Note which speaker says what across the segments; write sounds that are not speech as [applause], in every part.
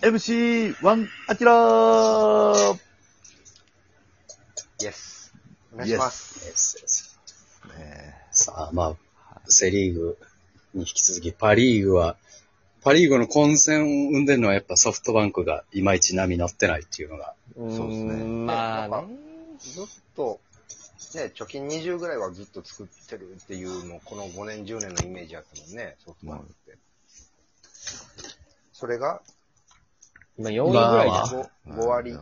Speaker 1: 4MC1 アキラー
Speaker 2: イエス。お願いします。
Speaker 3: です
Speaker 1: ね
Speaker 3: さあ、まあ、セリーグに引き続き、パリーグは、パリーグの混戦を生んでるのはやっぱソフトバンクがいまいち波乗ってないっていうのが、
Speaker 2: そう
Speaker 1: そうですね
Speaker 2: ま
Speaker 4: ま
Speaker 2: あ
Speaker 4: あ
Speaker 2: ねずっと、ね、貯金20ぐらいはずっと作ってるっていうの、この5年、10年のイメージやったもんね、ソフトバンクって。それが
Speaker 4: 今4位ぐらい
Speaker 3: ま
Speaker 4: だ
Speaker 3: あ。
Speaker 2: 5、5割
Speaker 1: い、や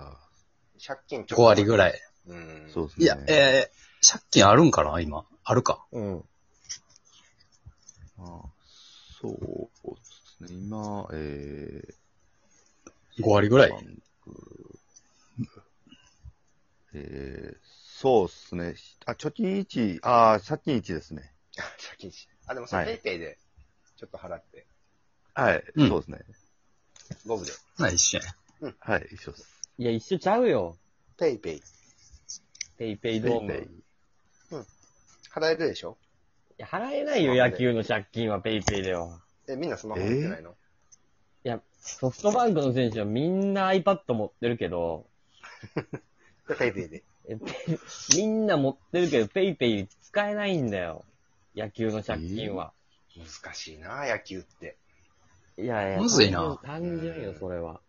Speaker 2: 借金
Speaker 3: 5割ぐ
Speaker 2: い。
Speaker 3: らい。
Speaker 2: うん。
Speaker 1: そうですね。
Speaker 3: いや、えー、借金あるんかな今。あるか。
Speaker 4: うん。
Speaker 1: あそうですね。今、え
Speaker 3: 5割ぐら
Speaker 1: ー、バ
Speaker 3: い。
Speaker 1: ンク、えー、そうですね。あ、貯金1、あー、借金1ですね。
Speaker 2: 借金し。 [laughs] あ、でもさ、
Speaker 1: はい
Speaker 2: ペイペイで、ちょっと払って、
Speaker 1: はい、
Speaker 3: うん
Speaker 1: そうですね。
Speaker 2: ゴブで。
Speaker 3: な一緒やね。
Speaker 1: はい、一緒です。
Speaker 4: いや、一緒ちゃうよ。
Speaker 2: ペイペイ。
Speaker 4: ペイペイ
Speaker 1: ペ
Speaker 4: ドー
Speaker 1: イ
Speaker 4: ム。
Speaker 1: ペイ
Speaker 2: 払えるでしょ
Speaker 4: いや、払えないよ、野球の借金はペイペイでは。
Speaker 2: え、みんなスマホ持ってないの、
Speaker 4: ソフトバンクの選手はみんな iPad 持ってるけど、
Speaker 2: でペイペイで。
Speaker 4: え [laughs] ペイみんな持ってるけど、ペイペイ使えないんだよ。野球の借金は。
Speaker 2: 難しいな、野球って。
Speaker 4: いやいや。
Speaker 3: むずいな
Speaker 4: 単純単純よ、それは。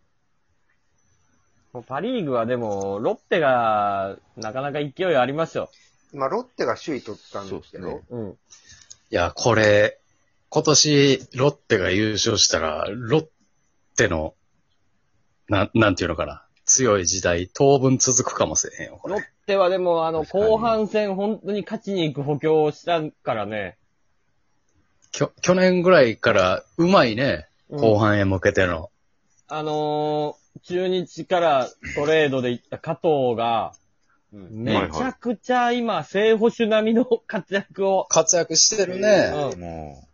Speaker 4: もうパリーグはでも、ロッテが、なかなか勢いありますよ。
Speaker 2: 今、ロッテが首位取ったんですけ
Speaker 1: そう
Speaker 2: ど
Speaker 1: っすね、
Speaker 4: うん。
Speaker 3: いや、これ、今年、ロッテが優勝したら、ロッテの、なん、なんていうのかな。強い時代、当分続くかもしれへんよ、こ
Speaker 4: ロッ
Speaker 3: れ。
Speaker 4: テはでも、あの、
Speaker 1: 確かに
Speaker 4: 後半戦、本当に勝ちに行く補強をしたからね。
Speaker 3: きょ去年ぐらいから、うまいね。
Speaker 4: うん
Speaker 3: 後半へ向けての。
Speaker 4: あのー、中日からトレードで行った加藤が、
Speaker 2: うん
Speaker 4: めちゃくちゃ今、正捕手並みの活躍を。
Speaker 3: 活躍してる
Speaker 4: う
Speaker 3: ね。
Speaker 4: ん
Speaker 1: も、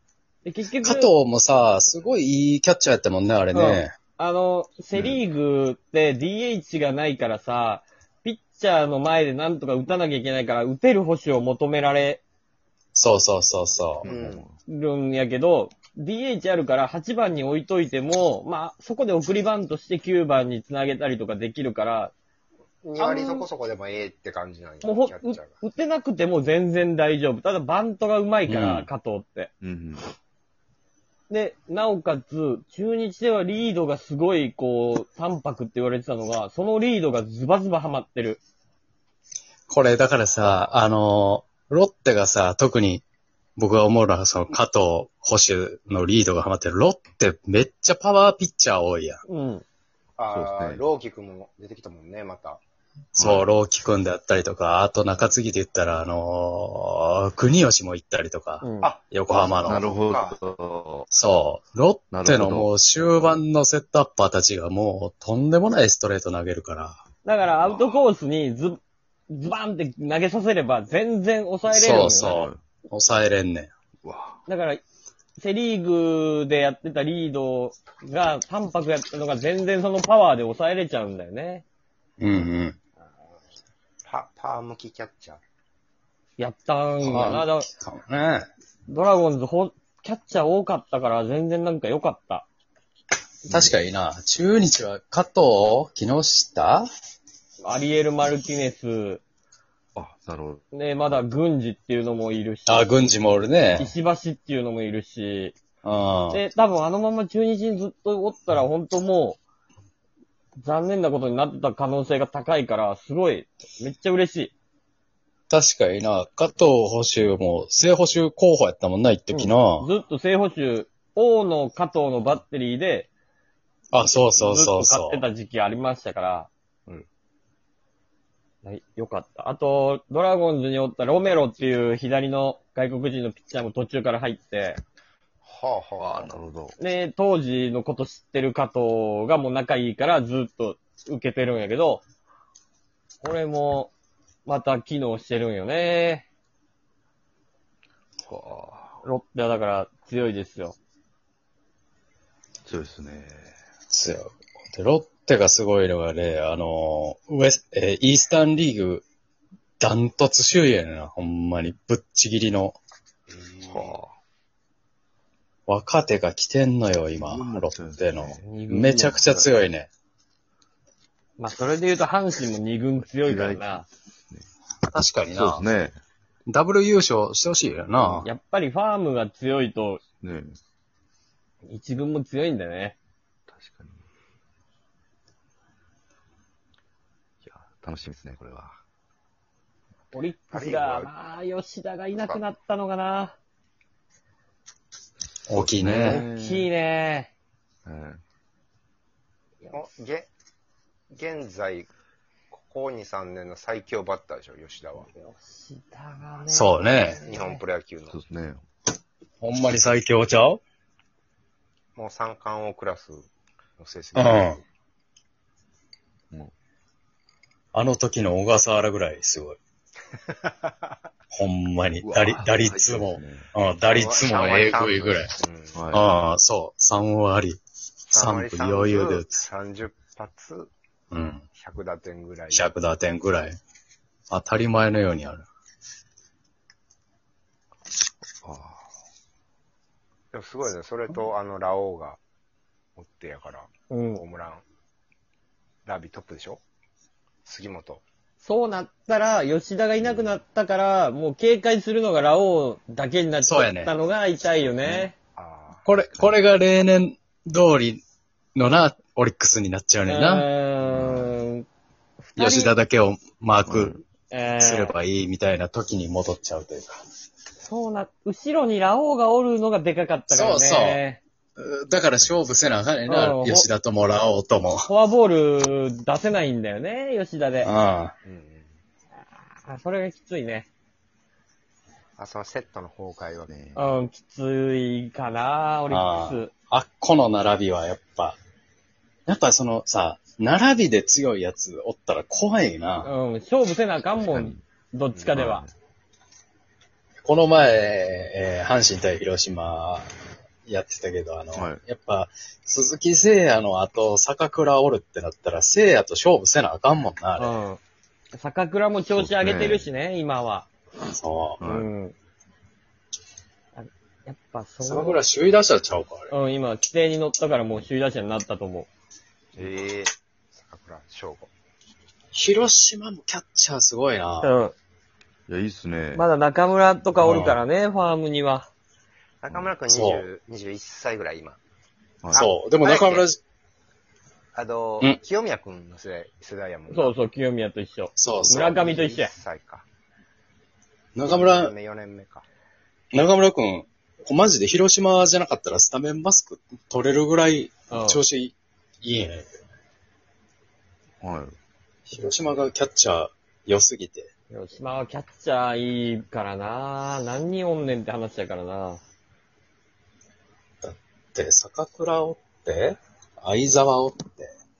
Speaker 4: で結局、
Speaker 3: 加藤もさ、すごいいいキャッチャーやったもんね、あれね。
Speaker 4: あの、セリーグって DH がないからさ、ピッチャーの前でなんとか打たなきゃいけないから、打てる捕手を求められ
Speaker 3: そうそうそうそうう。
Speaker 2: うん
Speaker 4: るんやけど、DH あるから8番に置いといても、まあ、そこで送りバントして9番につなげたりとかできるから、
Speaker 2: 2割そこそこでもええって感じなんや、キ
Speaker 4: もうほ
Speaker 2: ャッチャーが。
Speaker 4: う打てなくても全然大丈夫。ただバントがうまいから、
Speaker 3: うん
Speaker 4: 加藤って。
Speaker 1: うん。
Speaker 4: で、なおかつ、中日ではリードがすごい、こう、淡白って言われてたのが、そのリードがズバズバハマってる。
Speaker 3: これ、だからさ、あの、ロッテがさ、特に僕が思うのは、その加藤保守のリードがハマってる。ロッテめっちゃパワーピッチャー多いやん。
Speaker 4: うん。
Speaker 2: あ
Speaker 1: そう
Speaker 2: あ、
Speaker 1: ですね
Speaker 2: ローキ君も出てきたもんね、また。
Speaker 3: そう、ローキ君であったりとか、あと中継ぎで言ったら、あのー国吉も行ったりとか、
Speaker 4: うん、
Speaker 2: あ
Speaker 3: 横浜
Speaker 1: な
Speaker 3: の。
Speaker 1: るほど。
Speaker 3: そう、ロッテ
Speaker 1: な
Speaker 3: の
Speaker 1: るほど
Speaker 3: もう終盤のセットアッパーたちがもうとんでもないストレート投げるから。
Speaker 4: だからアウトコースにズ、ズバンって投げさせれば全然抑えれるのよ、ね。
Speaker 3: そうそう抑えれんねん。
Speaker 1: わ
Speaker 4: だから、セリーグでやってたリードが淡白やったのが全然そのパワーで抑えれちゃうんだよね。
Speaker 3: うんうん。
Speaker 2: パ、パー向きキャッチャー。
Speaker 4: やったんやな。だ
Speaker 3: かもね。
Speaker 4: ドラゴンズほ、キャッチャー多かったから全然なんか良かった。
Speaker 3: 確かにな、中日は加藤、木下
Speaker 4: アリエル・マルティネス、
Speaker 1: あ、なるほど。
Speaker 4: ね、まだ軍事っていうのもいるし、
Speaker 3: あ、軍事もおるね。
Speaker 4: 石橋っていうのもいるし、
Speaker 3: うん。
Speaker 4: で、多分あのまま中日にずっとおったら、本当もう、残念なことになってた可能性が高いから、すごい、めっちゃ嬉しい。
Speaker 3: 確かにな、加藤補修も、正補修候補やったもんな、一時な。
Speaker 4: ずっと正捕手、王の加藤のバッテリーで、
Speaker 3: あ、そう
Speaker 4: ず
Speaker 3: そ
Speaker 4: っ
Speaker 3: うそ
Speaker 4: と
Speaker 3: う
Speaker 4: 買っ
Speaker 3: そ
Speaker 4: て
Speaker 3: う。
Speaker 4: た時期ありましたから、
Speaker 1: うん
Speaker 4: はい。よかった。あと、ドラゴンズにおったロメロっていう左の外国人のピッチャーも途中から入って、
Speaker 2: は
Speaker 1: あ
Speaker 2: あは
Speaker 1: なるほど。
Speaker 4: で、当時のこと知ってる加藤がもう仲いいからずっと受けてるんやけど、これも、また機能してるんよね。
Speaker 1: わ
Speaker 4: ロッテはだから強いですよ。
Speaker 1: あ強いですね。
Speaker 3: そうで、ロッテがすごいのがね、あの、ウエス、えーイースタンリーグ、ダントツ首位やねんな、ほんまに。ぶっちぎりの。
Speaker 2: あ。
Speaker 1: は
Speaker 3: 若手が来てんのよ、今
Speaker 1: うん、
Speaker 3: ロッテの。
Speaker 4: 二軍
Speaker 3: めちゃくちゃ強いね。
Speaker 4: まあ、それで言うと阪神も二軍強いからな。
Speaker 3: 確かに
Speaker 1: そ
Speaker 3: な
Speaker 1: う。です
Speaker 3: ダブル優勝してほしいよな。
Speaker 4: やっぱりファームが強いと、
Speaker 1: ね。ね
Speaker 4: 一軍も強いんだね。
Speaker 1: 確かに。いや、楽しみですね、これは。
Speaker 4: オリックス
Speaker 2: あ
Speaker 4: が、
Speaker 2: れ
Speaker 4: まあ、吉田がいなくなったのかな。
Speaker 3: 大きい
Speaker 1: ね
Speaker 3: ね。
Speaker 4: 大きいね。
Speaker 1: え
Speaker 2: おげ、現在、ここ2、3年の最強バッターでしょ、吉田は。
Speaker 4: 吉田がね。
Speaker 3: そうね。
Speaker 2: 日本プロ野球の
Speaker 1: え。そうですね。
Speaker 3: ほんまに最強ちゃう
Speaker 2: もう三冠王クラスの成績。
Speaker 3: うん。
Speaker 1: も
Speaker 3: あの時の小笠原ぐらいす [laughs] ごい。ほんまに
Speaker 1: う。うわ
Speaker 3: 打率打率も、うん、打率もえぐいぐらい。
Speaker 2: うん。
Speaker 1: は
Speaker 3: ああ、そう。3割。3分余裕で打つ。
Speaker 2: 30発、
Speaker 3: うん。
Speaker 2: 100打点ぐらい。
Speaker 3: 100打点ぐらい。当たり前のようにある。
Speaker 1: い。ああ
Speaker 2: でもすごいね。それと、あの、ラオウが、おってやから、
Speaker 4: うん
Speaker 2: ホー。ムラン、ダービートップでしょ杉本。
Speaker 4: そうなったら、吉田がいなくなったから、もう警戒するのがラオウだけになっちゃったのが痛いよね。
Speaker 2: ああ。
Speaker 3: これ、これが例年通りのな、オリックスになっちゃう
Speaker 4: う
Speaker 3: ねんな。
Speaker 4: ーん。二人
Speaker 3: 吉田だけをマーク
Speaker 4: えー
Speaker 3: すればいいみたいな時に戻っちゃうというか。
Speaker 4: そうな、後ろにラオウがおるのがでかかったからね。
Speaker 3: そうそうだから勝負せなあかんねん
Speaker 4: う
Speaker 3: な。
Speaker 4: ん
Speaker 3: 吉田ともらおうとも。
Speaker 4: フォアボール出せないんだよね、吉田で。あ
Speaker 3: あ
Speaker 2: うんうん。
Speaker 4: それがきついね。
Speaker 2: あ、そのセットの崩壊はね。
Speaker 4: うん、きついかな、オリック
Speaker 3: あ。あっこの並びはやっぱ、やっぱそのさ、並びで強いやつおったら怖い
Speaker 4: ス。
Speaker 3: な。
Speaker 4: うん、勝負せなあかんも
Speaker 1: 確か
Speaker 4: ん
Speaker 1: に、
Speaker 4: どっちかでは。
Speaker 3: この前、えー阪神対広島やってたけど、あの、
Speaker 1: はい
Speaker 3: やっぱ、鈴木誠也の後、坂倉おるってなったら、誠也と勝負せなあかんもんな、あれ。
Speaker 4: うん。坂倉も調子上げてるしね、今は。
Speaker 3: そうう。
Speaker 1: ん
Speaker 4: うん。あやっぱ
Speaker 3: 坂
Speaker 4: そう。
Speaker 3: 倉首位打者ちゃうか、あれ。
Speaker 4: うん、今、規定に乗ったからもう首位打者になったと思
Speaker 2: ええ坂倉翔吾。
Speaker 3: 広島もキャッチャーすごいな。
Speaker 4: う。う
Speaker 1: いや、いいっすね。
Speaker 4: ん。まだ中村とかおるからね、ファームには。
Speaker 2: 中村くん
Speaker 3: そ
Speaker 2: 20 21歳ぐらい今。
Speaker 1: はい
Speaker 3: そう。でも中村、
Speaker 2: あの
Speaker 3: うん、
Speaker 2: 清宮くんの世代世代やもん。
Speaker 4: そうそう、清宮と一緒。
Speaker 3: そうそう。
Speaker 4: 村上と一緒
Speaker 2: 1
Speaker 4: や
Speaker 2: 歳か。
Speaker 3: 中
Speaker 2: 4
Speaker 3: 村
Speaker 2: 年、目四年目か。
Speaker 3: 中村くん、マジで広島じゃなかったらスタメンマスク取れるぐらい
Speaker 4: うん
Speaker 3: 調子いいんやね。
Speaker 1: はい。
Speaker 3: 広島がキャッチャー良すぎて。
Speaker 4: 広島はキャッチャーいいからな何人おんねんって話やからな
Speaker 3: で、坂倉おって、相沢おって、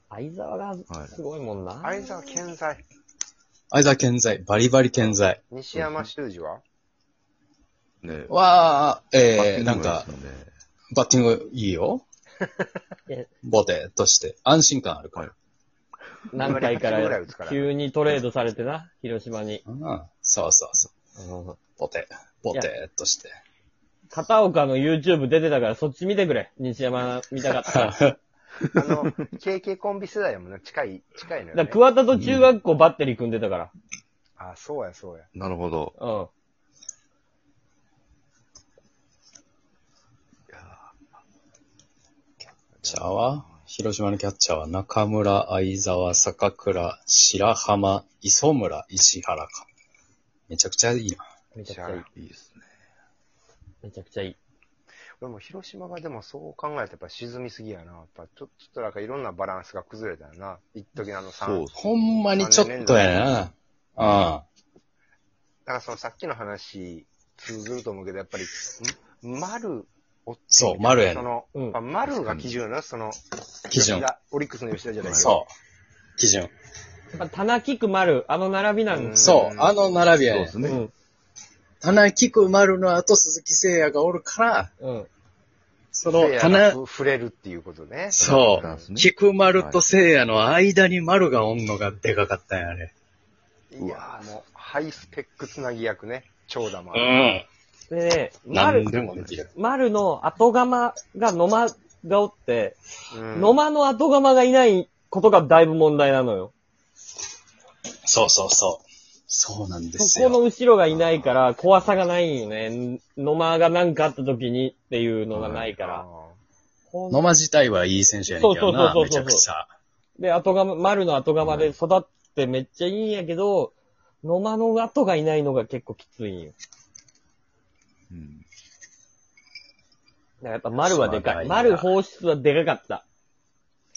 Speaker 4: 相沢がすごいもんな、
Speaker 2: 相沢健在。
Speaker 3: 相沢健在、バリバリ健在。
Speaker 2: 西山修司は
Speaker 1: ね
Speaker 3: わー、
Speaker 1: バッ
Speaker 3: え
Speaker 1: ティ
Speaker 3: ー、
Speaker 1: ング
Speaker 3: なん
Speaker 1: もいいっ
Speaker 3: か
Speaker 1: す、もね
Speaker 3: バッティングい
Speaker 1: [laughs]
Speaker 3: いよ
Speaker 4: え。
Speaker 3: ボテとして、安心感あるから。
Speaker 4: 何回か
Speaker 2: 7ぐらい
Speaker 4: ら
Speaker 2: 打つから
Speaker 4: 急にトレードされてな、広島に。
Speaker 3: うん、そうそうそう。
Speaker 4: うん
Speaker 3: ボテ、ボテとして。
Speaker 4: 片岡の YouTube 出てたからそっち見てくれ。西山見たか [laughs] ったら。だか
Speaker 2: あの、KK
Speaker 4: [laughs]
Speaker 2: コンビ世代やもんね。近い、近いのよ、
Speaker 4: ら
Speaker 2: ね。
Speaker 4: 桑田と中学校バッテリー組んでたか
Speaker 2: あ、そうや、そうや。
Speaker 1: なるほど。
Speaker 4: ら。うん。
Speaker 3: キャッチャーは、広島のキャッチャーは中村、相沢、坂倉、白浜、磯村、石原か。めちゃくちゃいいな。
Speaker 4: めちゃくちゃいい。
Speaker 1: いいですね。
Speaker 4: めちゃくちゃいい。
Speaker 2: 俺も広島がでもそう考えたらやっぱ沈みすぎやな。やっぱちょちょっとなんかいろんなバランスが崩れたよな。一時のあの3。
Speaker 1: そうっす
Speaker 3: ほんまにちょっとやな。
Speaker 2: だからそのさっきの話通ずると思うけど、やっぱり、ん丸を
Speaker 3: そう丸やね
Speaker 2: その、
Speaker 4: うん
Speaker 2: やっぱ丸が基準やな、その、
Speaker 3: うん。基準
Speaker 2: 吉。田オリックスの吉田じゃないけど
Speaker 3: そう。基準。
Speaker 4: やっぱ、棚菊丸、あの並びなんです
Speaker 3: そう。あの並びや
Speaker 1: そう
Speaker 3: ね
Speaker 1: です
Speaker 4: う
Speaker 1: ね。
Speaker 4: ん。
Speaker 3: 花菊丸の後鈴木誠也がおるから、
Speaker 4: うん。
Speaker 2: せ
Speaker 3: その
Speaker 2: いやが
Speaker 3: 花、
Speaker 2: ふ触れるっていうことね。
Speaker 3: そ
Speaker 1: ダンス
Speaker 3: う。
Speaker 1: ね
Speaker 3: 菊丸と誠也の間に丸がおんのがでかかったんやね。
Speaker 2: いや、もう、ハイスペックつなぎ役ね。長打もある。
Speaker 3: ん。
Speaker 4: でね、
Speaker 3: なん
Speaker 4: 丸、
Speaker 3: でもできる。
Speaker 4: 丸の後釜が野間がおって、
Speaker 2: うん
Speaker 4: 野間の後釜がいないことがだいぶ問題なのよ。
Speaker 3: そうそうそう。そうなんです
Speaker 4: そこの
Speaker 3: よ。
Speaker 4: 後ろがいないから怖さがないんよね。野間が何かあった時にっていうのがないから。ほん
Speaker 3: 野間自体はいい選手やねんけどな、
Speaker 4: そうそう
Speaker 3: めち
Speaker 4: そうそうそう
Speaker 3: ゃくちゃ。
Speaker 4: で、後釜、丸の後釜で育ってめっちゃいいんやけど、野間の後がいないのが結構きついんよ。
Speaker 1: うん。
Speaker 4: だからやっぱ丸はでか
Speaker 3: しょ
Speaker 4: い。
Speaker 3: うがない
Speaker 4: 丸
Speaker 3: な
Speaker 4: 放出はでかかった。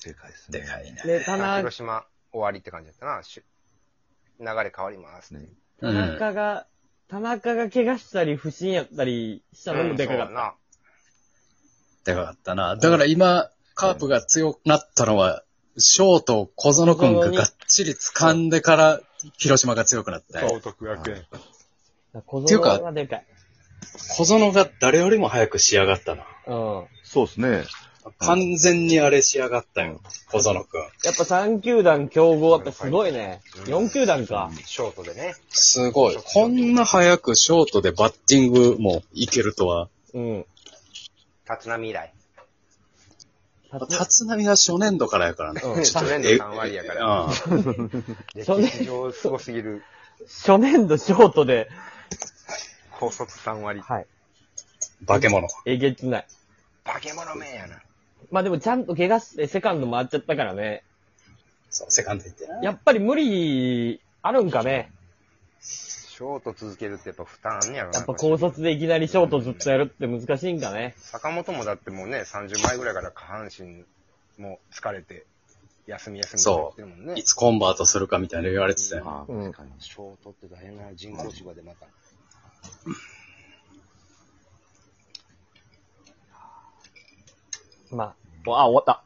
Speaker 1: でかいですね。
Speaker 3: でかいね。
Speaker 4: で、田
Speaker 2: あ
Speaker 4: 中
Speaker 2: 広島終わりって感じだったな。し流れ変わります。
Speaker 1: ね。
Speaker 3: う
Speaker 4: 田
Speaker 3: ん。
Speaker 4: 中が、田中が怪我したり、不審やったりしたのもでかか
Speaker 2: う
Speaker 4: っ
Speaker 2: ん
Speaker 4: た。
Speaker 3: でかかったな。だから今、カープが強くなったのは、ショート小園くんががっちり掴んでから、広島が強くなったよ。
Speaker 2: 徳
Speaker 1: 学園。
Speaker 4: 小
Speaker 3: ていうか
Speaker 4: 園がでかい。
Speaker 3: 小園が誰よりも早く仕上がったな。
Speaker 4: うん。
Speaker 1: そうですね。
Speaker 3: 完全にあれ仕上がったよ。小園くん。
Speaker 4: やっぱ3球団競合やっぱすごいね。
Speaker 2: うん
Speaker 4: 4球団か。
Speaker 2: ショートでね。
Speaker 3: すごい。こんな早くショートでバッティングもいけるとは。
Speaker 4: うん。
Speaker 2: 立浪以来。
Speaker 3: 立浪が初年度からやからね。
Speaker 4: うん
Speaker 3: ちょっと
Speaker 2: 初年度3割やから
Speaker 3: うん
Speaker 2: 歴
Speaker 4: そうね
Speaker 2: 史上すごすぎる。
Speaker 4: 初年度ショートで、
Speaker 2: 高卒3割。
Speaker 4: はい。
Speaker 3: 化け物。
Speaker 4: えげつない。
Speaker 2: 化け物めやな。
Speaker 4: まあでもちゃんと怪我してセカンド回っちゃったからね。
Speaker 3: そう、セカンド行ってな。
Speaker 4: やっぱり無理あるんかね。
Speaker 2: ショート続けるってやっぱ負担あんねやろな。
Speaker 4: やっぱ高卒でいきなりショートずっとやるって難しいんかね。
Speaker 2: 坂本もだってもうね、30前ぐらいから下半身もう疲れて、休み休み
Speaker 3: そう
Speaker 2: やってるもんね
Speaker 3: い。つコンバートするかみたいな言われてたよ。
Speaker 1: ああ、
Speaker 4: うん
Speaker 1: 確かに。
Speaker 2: ショートって大変な人工芝でまた。
Speaker 4: まあ、あ、終わった。